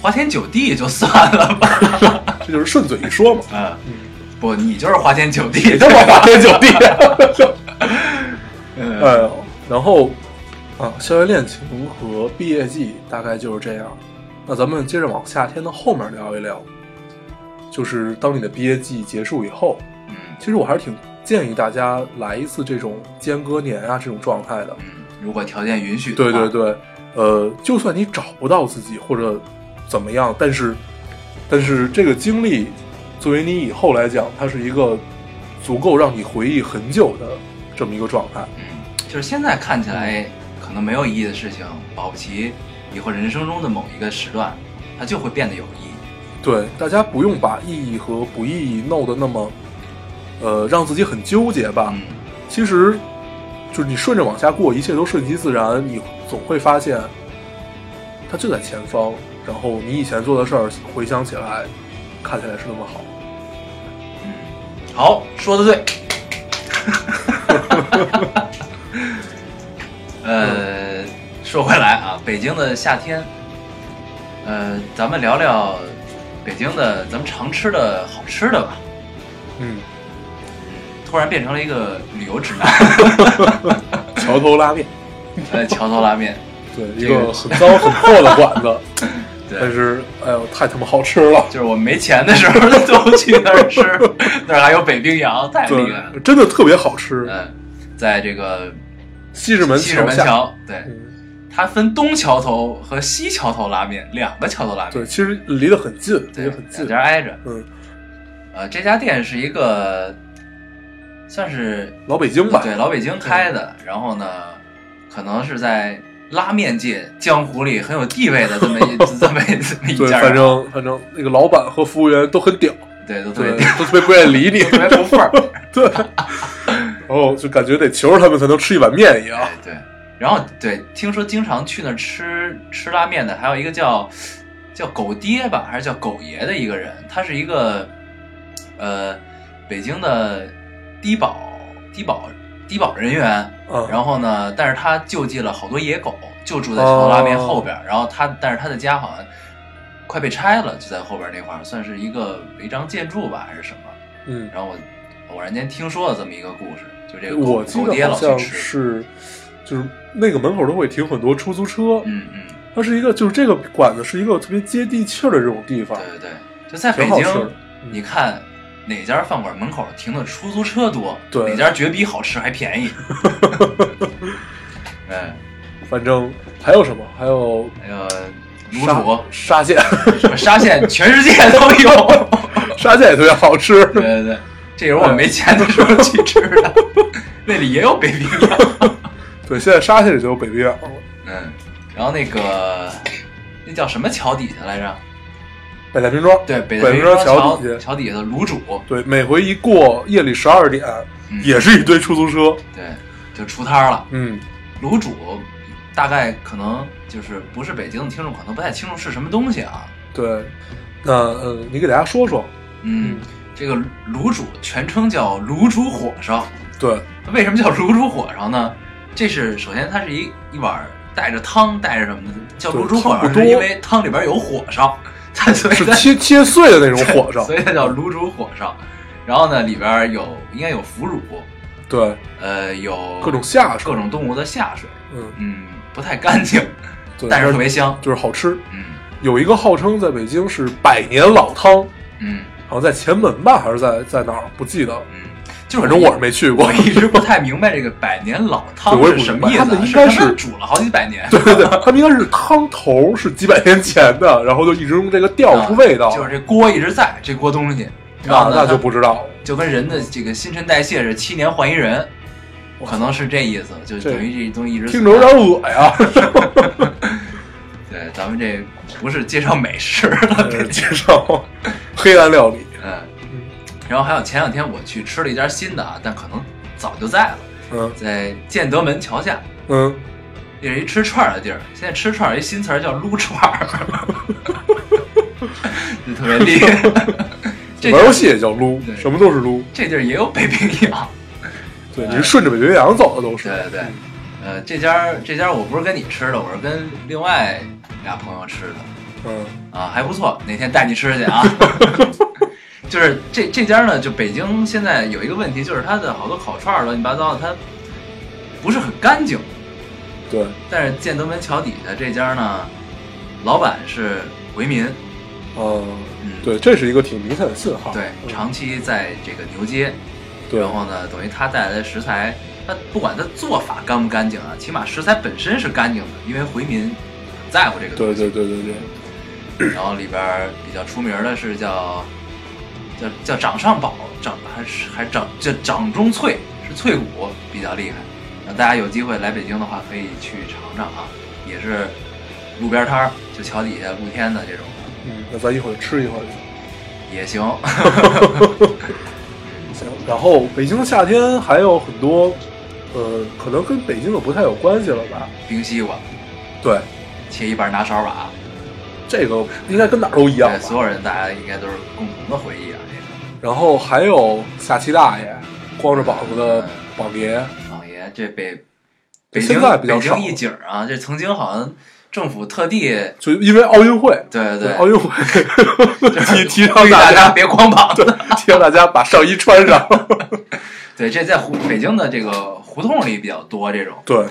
Speaker 1: 花天酒地也就算了吧。
Speaker 2: 这就是顺嘴一说嘛。
Speaker 1: 嗯，
Speaker 2: (laughs) 嗯，
Speaker 1: 不，你就是花天酒
Speaker 2: (laughs)
Speaker 1: 地，
Speaker 2: 这么花天酒地。
Speaker 1: 嗯，
Speaker 2: (laughs) 哎呦，然后啊，校园恋情和毕业季大概就是这样。那咱们接着往夏天的后面聊一聊，就是当你的毕业季结束以后，
Speaker 1: 嗯
Speaker 2: 其实我还是挺建议大家来一次这种间隔年啊这种状态的。
Speaker 1: 嗯，如果条件允许的
Speaker 2: 对
Speaker 1: 话，
Speaker 2: 对对，呃，就算你找不到自己或者怎么样，但是但是这个经历作为你以后来讲，它是一个足够让你回忆很久的这么一个状态。
Speaker 1: 嗯，就是现在看起来可能没有意义的事情，保不齐以后人生中的某一个时段，它就会变得有意义。
Speaker 2: 对，大家不用把意义和不意义弄得那么，呃，让自己很纠结吧。
Speaker 1: 嗯，
Speaker 2: 其实，就是你顺着往下过，一切都顺其自然，你总会发现，它就在前方。然后你以前做的事儿，回想起来，看起来是那么好。
Speaker 1: 好，说的对。呃，说回来啊，北京的夏天，呃，咱们聊聊北京的咱们常吃的好吃的吧。
Speaker 2: 嗯，
Speaker 1: 突然变成了一个旅游指南，
Speaker 2: 桥头拉面，
Speaker 1: 呃，桥头拉面，
Speaker 2: 对，
Speaker 1: 这
Speaker 2: 一
Speaker 1: 个
Speaker 2: 个很糟很破的馆子，
Speaker 1: (laughs)
Speaker 2: 但
Speaker 1: 对，
Speaker 2: 是哎呦，太他妈好吃了。
Speaker 1: 就是我们没钱的时候都去那儿
Speaker 2: (laughs)
Speaker 1: 吃，那儿还有北冰洋，太
Speaker 2: 对
Speaker 1: 厉害了。，
Speaker 2: 真的特别好吃。
Speaker 1: 嗯，在这个
Speaker 2: 西直门
Speaker 1: 西直门
Speaker 2: 下，
Speaker 1: 桥，对，
Speaker 2: 嗯，
Speaker 1: 它分东桥头和西桥头拉面两个桥头拉面，
Speaker 2: 对，其实离得很近，离
Speaker 1: 对，
Speaker 2: 得很
Speaker 1: 两。
Speaker 2: 近
Speaker 1: 家挨着。
Speaker 2: 嗯，
Speaker 1: 呃，这家店是一个算是
Speaker 2: 老北京嗯吧，
Speaker 1: 对老北京开的，然后呢，可能是在拉面界江湖里很有地位的这么一这么一这么一
Speaker 2: 对，
Speaker 1: 家儿，
Speaker 2: 反正反正那个老板和服务员都很屌，
Speaker 1: 对对，都特别
Speaker 2: 对，都特别不愿意
Speaker 1: (laughs)
Speaker 2: 理你，
Speaker 1: 特别不忿儿。
Speaker 2: 对，然后就感觉得求着他们才能吃一碗面一样。
Speaker 1: 对对，然后对，听说经常去那儿吃吃拉面的，还有一个叫叫狗爹吧，还是叫狗爷的一个人，他是一个呃北京的低保低保低保人员，
Speaker 2: 嗯，
Speaker 1: 然后呢，但是他救济了好多野狗，就住在小头拉面后边儿。然后他，但是他的家好像快被拆了，就在后边儿那块儿，算是一个违章建筑吧，还是什么？
Speaker 2: 嗯，
Speaker 1: 然后我偶然间听说了这么一个故事，就这个狗
Speaker 2: 我记
Speaker 1: 狗爹
Speaker 2: 得好
Speaker 1: 老
Speaker 2: 像
Speaker 1: 去吃，
Speaker 2: 是，就是那个门口都会停很多出租车。
Speaker 1: 嗯嗯，
Speaker 2: 它是一个，就是这个馆子是一个特别接地气儿的这种地方，
Speaker 1: 对对对，就在北
Speaker 2: 挺好
Speaker 1: 京
Speaker 2: 吃的，。嗯
Speaker 1: 你看。哪家饭馆门口停的出租车多？
Speaker 2: 对
Speaker 1: 哪家绝逼好吃还便宜？
Speaker 2: (laughs)
Speaker 1: 嗯，
Speaker 2: 反正还有什么？还有
Speaker 1: 还有卤
Speaker 2: 沙
Speaker 1: 煮、(laughs)
Speaker 2: 沙县，
Speaker 1: 什么沙县，全世界都有。
Speaker 2: 沙县也特别好吃。
Speaker 1: 对对对，这也是我没
Speaker 2: 嗯
Speaker 1: 钱的时候去吃的， (laughs) 那里也有北冰洋。
Speaker 2: 对，现在沙县里就有北冰洋了。
Speaker 1: 嗯，然后那个那叫什么桥底下来着？
Speaker 2: 百家冰庄，
Speaker 1: 对，北
Speaker 2: 北
Speaker 1: 冰
Speaker 2: 冰洋
Speaker 1: 桥
Speaker 2: 桥底下
Speaker 1: 桥底下的卤煮，
Speaker 2: 对，每回一过夜里十二点，
Speaker 1: 嗯
Speaker 2: 也是一堆出租车。
Speaker 1: 对，就出摊儿了。
Speaker 2: 嗯，
Speaker 1: 卤煮大概可能就是不是北京的听众可能不太清楚是什么东西啊。
Speaker 2: 对。那呃，你给大家说说，
Speaker 1: 嗯，这个卤煮全称叫卤煮火烧，
Speaker 2: 对，
Speaker 1: 它为什么叫卤煮火烧呢？这是首先它是一一碗儿带着汤带着什么的叫
Speaker 2: 对
Speaker 1: 卤煮火
Speaker 2: 差
Speaker 1: 烧，
Speaker 2: 不多
Speaker 1: 是因为汤里边有火烧， (laughs) 它所以
Speaker 2: 是
Speaker 1: 它
Speaker 2: 切切碎的那种火烧。
Speaker 1: 所以它叫卤煮火烧。然后呢，里边有应该有腐乳，
Speaker 2: 对，
Speaker 1: 呃，有
Speaker 2: 各种下水
Speaker 1: 各种动物的下水，
Speaker 2: 嗯，
Speaker 1: 嗯，不太干净，
Speaker 2: 对，
Speaker 1: 但是特别香，
Speaker 2: 就是好吃。
Speaker 1: 嗯
Speaker 2: 有一个号称在北京是百年老汤，
Speaker 1: 嗯
Speaker 2: 好像在前门吧，还是在在哪儿，不记得。
Speaker 1: 嗯，就是
Speaker 2: 反正我是没去过
Speaker 1: 我。一直不太明白这个百年老汤
Speaker 2: 对我也
Speaker 1: 是
Speaker 2: 不
Speaker 1: 什
Speaker 2: 明
Speaker 1: 么
Speaker 2: 白
Speaker 1: 意思
Speaker 2: 他
Speaker 1: 啊，
Speaker 2: 们应该
Speaker 1: 他妈
Speaker 2: 是
Speaker 1: 煮了好几百年，
Speaker 2: (laughs) 对对对，他们应该是汤头是几百年前的，然后就一直用这个调出味道。
Speaker 1: 啊就是这锅一直在，这锅东西，然
Speaker 2: 啊
Speaker 1: 后，呢
Speaker 2: 那
Speaker 1: 它
Speaker 2: 就不知道了。
Speaker 1: 就跟人的这个新陈代谢是七年换一人，
Speaker 2: 哇
Speaker 1: 可能是这意思，就是
Speaker 2: 这
Speaker 1: 等于这东西一直
Speaker 2: 听着有点恶
Speaker 1: (laughs)
Speaker 2: 呀。
Speaker 1: 对，咱们这不是介绍美食了，
Speaker 2: (laughs) 呃介绍黑暗料理，
Speaker 1: 嗯。然后还有前两天我去吃了一家新的啊，但可能早就在了，
Speaker 2: 嗯
Speaker 1: 在建德门桥下，
Speaker 2: 嗯，
Speaker 1: 也是一吃串儿的地儿。现在吃串儿有一新词儿叫撸串儿， (laughs) 就特别厉
Speaker 2: (laughs)
Speaker 1: 害。这地
Speaker 2: 玩游
Speaker 1: 儿
Speaker 2: 戏也叫撸
Speaker 1: 对，
Speaker 2: 什么都是撸。
Speaker 1: 这地儿也有北冰洋，
Speaker 2: 对，你是顺着北冰洋走的都是
Speaker 1: 对。对对，呃，这家儿这家儿我不是跟你吃的，我是跟另外俩朋友吃的
Speaker 2: 嗯
Speaker 1: 啊，还不错，哪天带你吃去啊。 (laughs) 就是这这家儿呢，就北京现在有一个问题，就是它的好多烤串儿乱七八糟的，它不是很干净。
Speaker 2: 对，
Speaker 1: 但是建德门桥底下这家呢，老板是回民，
Speaker 2: 嗯
Speaker 1: 嗯，
Speaker 2: 对，这是一个挺明显的信号。
Speaker 1: 对，
Speaker 2: 嗯
Speaker 1: 长期在这个牛街，
Speaker 2: 对
Speaker 1: 然后呢，等于他带来的食材，他不管他做法干不干净啊，起码食材本身是干净的，因为回民很在乎这个东
Speaker 2: 对
Speaker 1: 西。
Speaker 2: 对对对对，
Speaker 1: 然后里边儿比较出名的是叫叫叫掌上宝，掌还是还是掌叫掌中脆，是脆骨比较厉害。然后大家有机会来北京的话，可以去尝尝啊，也是路边摊儿，就桥底下露天的这种
Speaker 2: 嗯，那咱一会儿吃一会儿去。
Speaker 1: 也
Speaker 2: (laughs)
Speaker 1: 行。 (laughs)
Speaker 2: 行，然后北京的夏天还有很多，呃，可能跟北京的不太有关系了吧？
Speaker 1: 冰西瓜，
Speaker 2: 对，
Speaker 1: 切一半儿拿勺把，
Speaker 2: 这个应该跟哪儿都一样
Speaker 1: 对所
Speaker 2: 吧。
Speaker 1: 有人大家应该都是共同的回忆啊，这
Speaker 2: 然后还有下棋大爷，光着膀子的
Speaker 1: 嗯
Speaker 2: 膀爷，
Speaker 1: 个老爷这北北京
Speaker 2: 现在比较
Speaker 1: 北
Speaker 2: 少
Speaker 1: 京一景儿啊，这曾经好像政府特地
Speaker 2: 就因为奥运会， (laughs)
Speaker 1: 对对
Speaker 2: 奥
Speaker 1: 对，
Speaker 2: 运会提哦提
Speaker 1: 呼
Speaker 2: 倡
Speaker 1: 吁
Speaker 2: 大
Speaker 1: 大
Speaker 2: 家
Speaker 1: 家别光膀子。
Speaker 2: 提倡大家把上衣
Speaker 1: (laughs)
Speaker 2: 穿上。
Speaker 1: 对，这在胡北京的这个胡同里比较多这种，
Speaker 2: 对，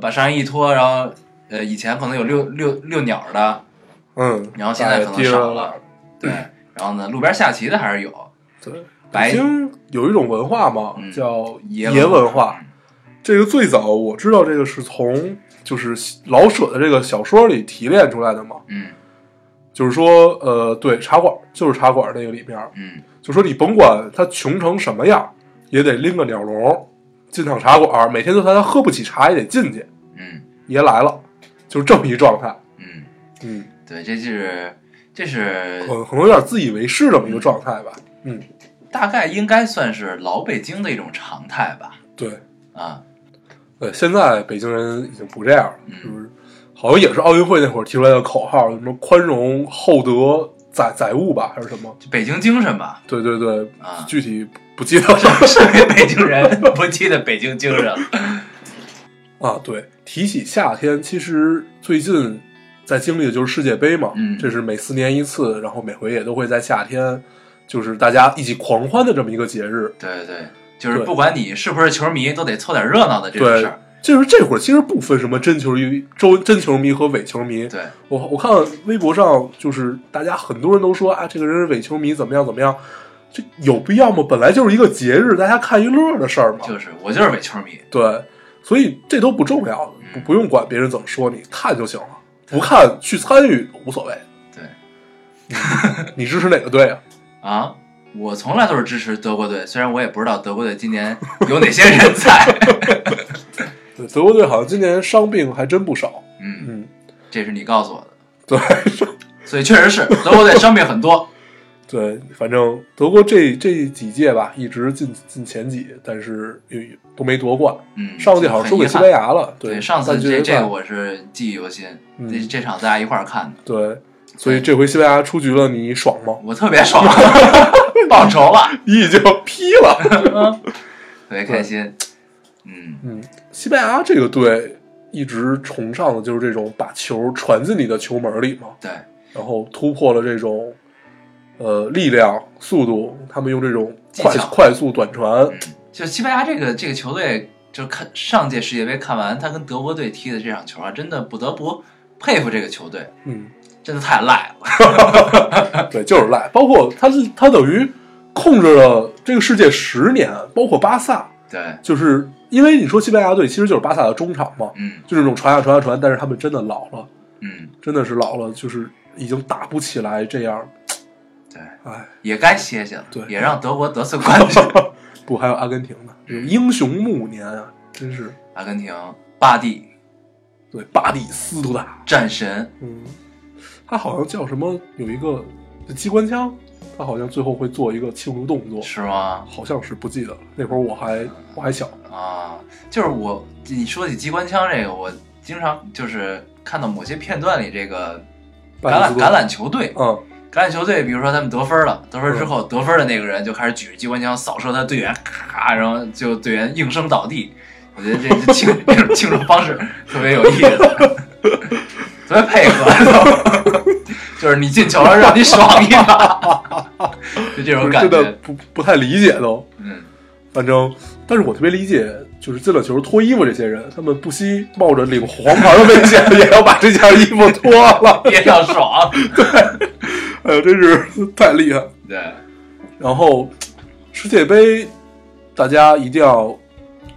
Speaker 1: 把上衣一脱，然后呃，以前可能有遛遛遛鸟儿的，
Speaker 2: 嗯，
Speaker 1: 然后现在可能少了
Speaker 2: 哎。
Speaker 1: 对，然后呢，路边下棋的还是有，
Speaker 2: 对对，
Speaker 1: 白
Speaker 2: 北京有一种文化嘛，
Speaker 1: 嗯
Speaker 2: 叫
Speaker 1: 爷
Speaker 2: 爷
Speaker 1: 文
Speaker 2: 文化。这个最早我知道，这个是从就是老舍的这个小说里提炼出来的嘛。
Speaker 1: 嗯
Speaker 2: 就是说，呃，对，茶馆就是茶馆那个里边儿，
Speaker 1: 嗯
Speaker 2: 就说你甭管他穷成什么样，也得拎个鸟笼进趟茶馆，每天就算他喝不起茶也得进去。
Speaker 1: 嗯
Speaker 2: 爷来了，就是这么一状态，
Speaker 1: 嗯，
Speaker 2: 嗯，
Speaker 1: 对，这是这是
Speaker 2: 可能可能有点自以为是这么一个状态吧，嗯，
Speaker 1: 大概应该算是老北京的一种常态吧。
Speaker 2: 对
Speaker 1: 啊，
Speaker 2: 对，现在北京人已经不这样了，就是好像也是奥运会那会儿提出来的口号，什么宽容、厚德、载载物吧，还是什么？
Speaker 1: 就北京精神吧。
Speaker 2: 对对对，
Speaker 1: 啊
Speaker 2: 具体不记得了
Speaker 1: 身为北京人，不记得北京精神
Speaker 2: (laughs)
Speaker 1: 了。
Speaker 2: 啊。对，提起夏天，其实最近在经历的就是世界杯嘛，
Speaker 1: 嗯
Speaker 2: 这是每四年一次，然后每回也都会在夏天，就是大家一起狂欢的这么一个节日。
Speaker 1: 对对，就是
Speaker 2: 对
Speaker 1: 不管你是不是球迷，都得凑点热闹的这种事
Speaker 2: 对
Speaker 1: 儿。，
Speaker 2: 就是这会儿其实不分什么真球迷、周真球迷和伪球迷，
Speaker 1: 对，
Speaker 2: 我我看微博上就是大家很多人都说啊，这个人是伪球迷，怎么样怎么样，这有必要吗？本来就是一个节日，大家看一乐的事儿嘛。
Speaker 1: 就是我就是伪球迷。
Speaker 2: 对，所以这都不重要，
Speaker 1: 嗯
Speaker 2: 不不用管别人怎么说你，看就行了。不看去参与无所谓。
Speaker 1: 对
Speaker 2: 你支持哪个队啊？
Speaker 1: 啊，我从来都是支持德国队，虽然我也不知道德国队今年有哪些人
Speaker 2: (laughs)
Speaker 1: 在。
Speaker 2: 对，德国队好像今年伤病还真不少。
Speaker 1: 嗯，
Speaker 2: 嗯，
Speaker 1: 这是你告诉我的，
Speaker 2: 对 (laughs)
Speaker 1: 所以确实是德国队伤病很多。
Speaker 2: 对，反正德国这这几届吧，一直进进前几，但是又都没夺冠。
Speaker 1: 嗯，
Speaker 2: 上届好像输给西班
Speaker 1: 牙。
Speaker 2: 牙了。
Speaker 1: 对，上次
Speaker 2: 半决
Speaker 1: 这这
Speaker 2: 赛
Speaker 1: 个我是记忆犹新，
Speaker 2: 啊嗯
Speaker 1: 这这场大家一块儿看的，
Speaker 2: 对，所以这回西班牙出局了，你爽 (laughs) 吗？
Speaker 1: 我特别爽，报仇
Speaker 2: (laughs)
Speaker 1: 了，
Speaker 2: 你已经批了。
Speaker 1: 特别开心。嗯，
Speaker 2: 嗯，西班牙这个队一直崇尚的就是这种把球传进你的球门里嘛，
Speaker 1: 对，
Speaker 2: 然后突破了这种呃力量、速度，他们用这种快
Speaker 1: 技巧
Speaker 2: 快速短传。
Speaker 1: 嗯，就西班牙这个这个球队，就看上届世界杯看完他跟德国队踢的这场球啊，真的不得不佩服这个球队，
Speaker 2: 嗯，
Speaker 1: 真的太赖了。
Speaker 2: 哎对，就是赖。包括他，他等于控制了这个世界十年，包括巴萨，
Speaker 1: 对，
Speaker 2: 就是因为你说西班牙队其实就是巴萨的中场嘛，
Speaker 1: 嗯
Speaker 2: 就是那种传啊传啊传，但是他们真的老了。
Speaker 1: 嗯，
Speaker 2: 真的是老了，就是已经打不起来这样。
Speaker 1: 对，
Speaker 2: 哎， (laughs)
Speaker 1: 也该歇歇了，
Speaker 2: 对
Speaker 1: 也让德国得次冠军。
Speaker 2: 不，还有阿根廷呢，这个英雄暮年啊，真是
Speaker 1: 阿根廷巴蒂
Speaker 2: 对巴蒂斯图塔，
Speaker 1: 战神，
Speaker 2: 嗯，他好像叫什么，有一个机关枪，他好像最后会做一个庆祝动作，
Speaker 1: 是吗？
Speaker 2: 好像是不记得了。那会儿我还我还小，
Speaker 1: 啊，就是我，你说起机关枪这个，我经常就是看到某些片段里，这个橄
Speaker 2: 巴
Speaker 1: 榄
Speaker 2: 蒂斯
Speaker 1: 橄
Speaker 2: 图
Speaker 1: 榄球队，
Speaker 2: 嗯，
Speaker 1: 橄榄球队，比如说他们得分了，得分之后，得分的那个人就开始举着机关枪扫射他队员，咔，然后就队员应声倒地。我觉得这这庆 (laughs) 这种庆祝方式特别有意思，特别配合， (laughs) 就是你进球了，让你爽一把，就这种
Speaker 2: 就是
Speaker 1: 感
Speaker 2: 真的
Speaker 1: 觉。
Speaker 2: 不不太理解都。
Speaker 1: 嗯，
Speaker 2: 反正，但是我特别理解，就是进了球脱衣服这些人，他们不惜冒着领黄牌的危险， (laughs) 也要把这件衣服脱了。
Speaker 1: 憋要爽，
Speaker 2: 哎呦，真是太厉害！
Speaker 1: 对，
Speaker 2: 然后世界杯，大家一定要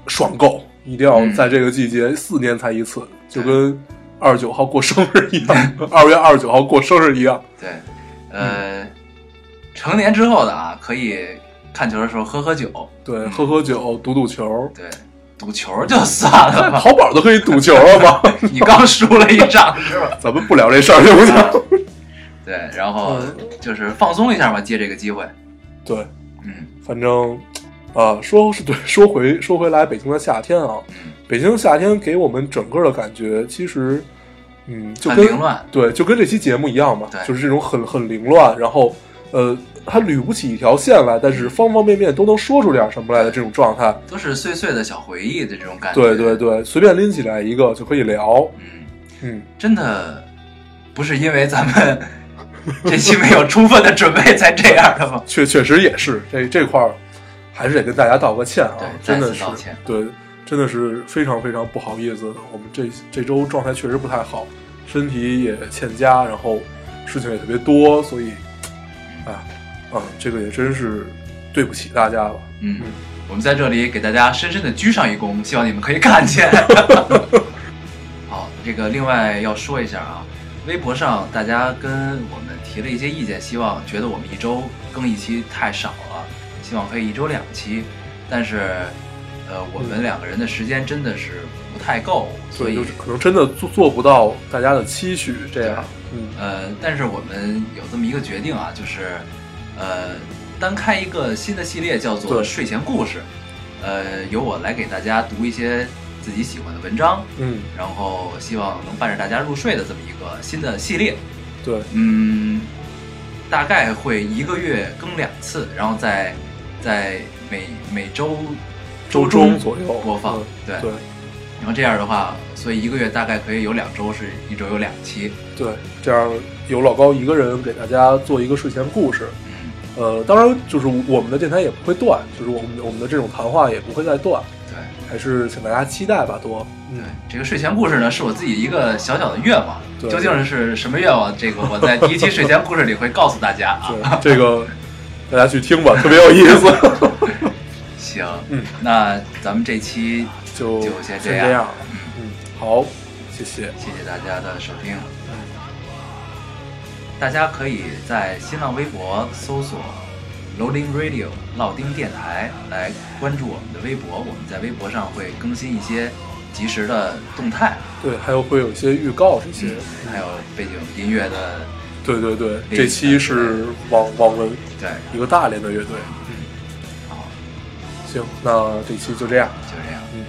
Speaker 2: 爽购，一定要
Speaker 1: 嗯
Speaker 2: 在这个季节四年才一次，就跟二十九号过生日一样，二月二十九号过生日一样。
Speaker 1: 对，呃，
Speaker 2: 嗯
Speaker 1: 成年之后的啊，可以看球的时候喝喝酒，
Speaker 2: 对，喝喝酒，赌
Speaker 1: (laughs)
Speaker 2: 赌球，
Speaker 1: 对，赌球就算了吧。
Speaker 2: 淘宝都可以赌球了吧？
Speaker 1: 你刚输了一仗是吧？
Speaker 2: (laughs) 咱们不聊这事儿行不行？ (laughs)
Speaker 1: 对，然后
Speaker 2: 嗯
Speaker 1: 就是放松一下吧，借这个机会。
Speaker 2: 对，
Speaker 1: 嗯
Speaker 2: 反正啊，说是对， (laughs) 说回说回来，北京的夏天啊，
Speaker 1: 嗯，
Speaker 2: 北京的夏天给我们整个的感觉，其实，嗯，就
Speaker 1: 很
Speaker 2: 跟
Speaker 1: 凌乱。
Speaker 2: 对，就跟这期节目一样嘛
Speaker 1: 对，
Speaker 2: 就是这种很很凌乱，然后呃，它捋不起一条线来，但是方方面面都能说出点什么来的这种状态。
Speaker 1: 都是碎碎的小回忆的这种感觉。
Speaker 2: 对对，对，随便拎起来一个就可以聊。
Speaker 1: 嗯，
Speaker 2: 嗯，
Speaker 1: 真的不是因为咱们这期没有充分的准备才这样的吗？
Speaker 2: 确确实也是这这块儿，还是得跟大家道个歉啊
Speaker 1: 对，
Speaker 2: 真的
Speaker 1: 再次
Speaker 2: 是
Speaker 1: 道歉
Speaker 2: 对，真的是非常非常不好意思，我们这这周状态确实不太好，身体也欠佳，然后事情也特别多，所以
Speaker 1: 嗯
Speaker 2: 啊啊，这个也真是对不起大家了。
Speaker 1: 嗯，我们在这里给大家深深的鞠上一躬，希望你们可以看见。 (laughs) 好，这个另外要说一下啊，微博上大家跟我们提了一些意见，希望觉得我们一周更一期太少了，希望可以一周两期，但是呃，我们两个人的时间真的是不太够，所
Speaker 2: 对，
Speaker 1: 以
Speaker 2: 就是可能真的做做不到大家的期许这样。嗯
Speaker 1: 呃，但是我们有这么一个决定啊，就是呃，单开一个新的系列，叫做《
Speaker 2: 对
Speaker 1: 睡前故事》，呃，由我来给大家读一些自己喜欢的文章，
Speaker 2: 嗯，
Speaker 1: 然后希望能伴着大家入睡的这么一个新的系列。
Speaker 2: 对，
Speaker 1: 嗯，大概会一个月更两次，然后在在每每周周
Speaker 2: 中左右
Speaker 1: 播放。
Speaker 2: 嗯
Speaker 1: 对，
Speaker 2: 对
Speaker 1: 然后这样的话，所以一个月大概可以有两周，是一周有两期。
Speaker 2: 对，这样由老高一个人给大家做一个睡前故事。
Speaker 1: 嗯，
Speaker 2: 呃，当然就是我们的电台也不会断，就是我们我们的这种谈话也不会再断，
Speaker 1: 对。
Speaker 2: 还是请大家期待吧，多。
Speaker 1: 对
Speaker 2: 嗯，
Speaker 1: 这个睡前故事呢，是我自己一个小小的愿望。
Speaker 2: 对
Speaker 1: 究竟是什么愿望？这个我在第一期睡前故事里会告诉大家啊。
Speaker 2: 对，这个大家去听吧，特别有意
Speaker 1: (laughs)
Speaker 2: 思。
Speaker 1: 行，
Speaker 2: 嗯，
Speaker 1: 那咱们这期
Speaker 2: 就
Speaker 1: 就先这
Speaker 2: 这
Speaker 1: 样
Speaker 2: 样。嗯，好，谢谢。
Speaker 1: 谢谢大家的收听。大家可以在新浪微博搜索 “Loading Radio” 老丁电台来关注我们的微博，我们在微博上会更新一些及时的动态，
Speaker 2: 对，还有会有一些预告这些。
Speaker 1: 还有背景音乐的
Speaker 2: 对对对，
Speaker 1: 嗯对
Speaker 2: 这期是网网文
Speaker 1: 对。
Speaker 2: 一个大连的乐队。嗯
Speaker 1: 嗯好，
Speaker 2: 行，那这期就这样。
Speaker 1: 就这样。
Speaker 2: 嗯，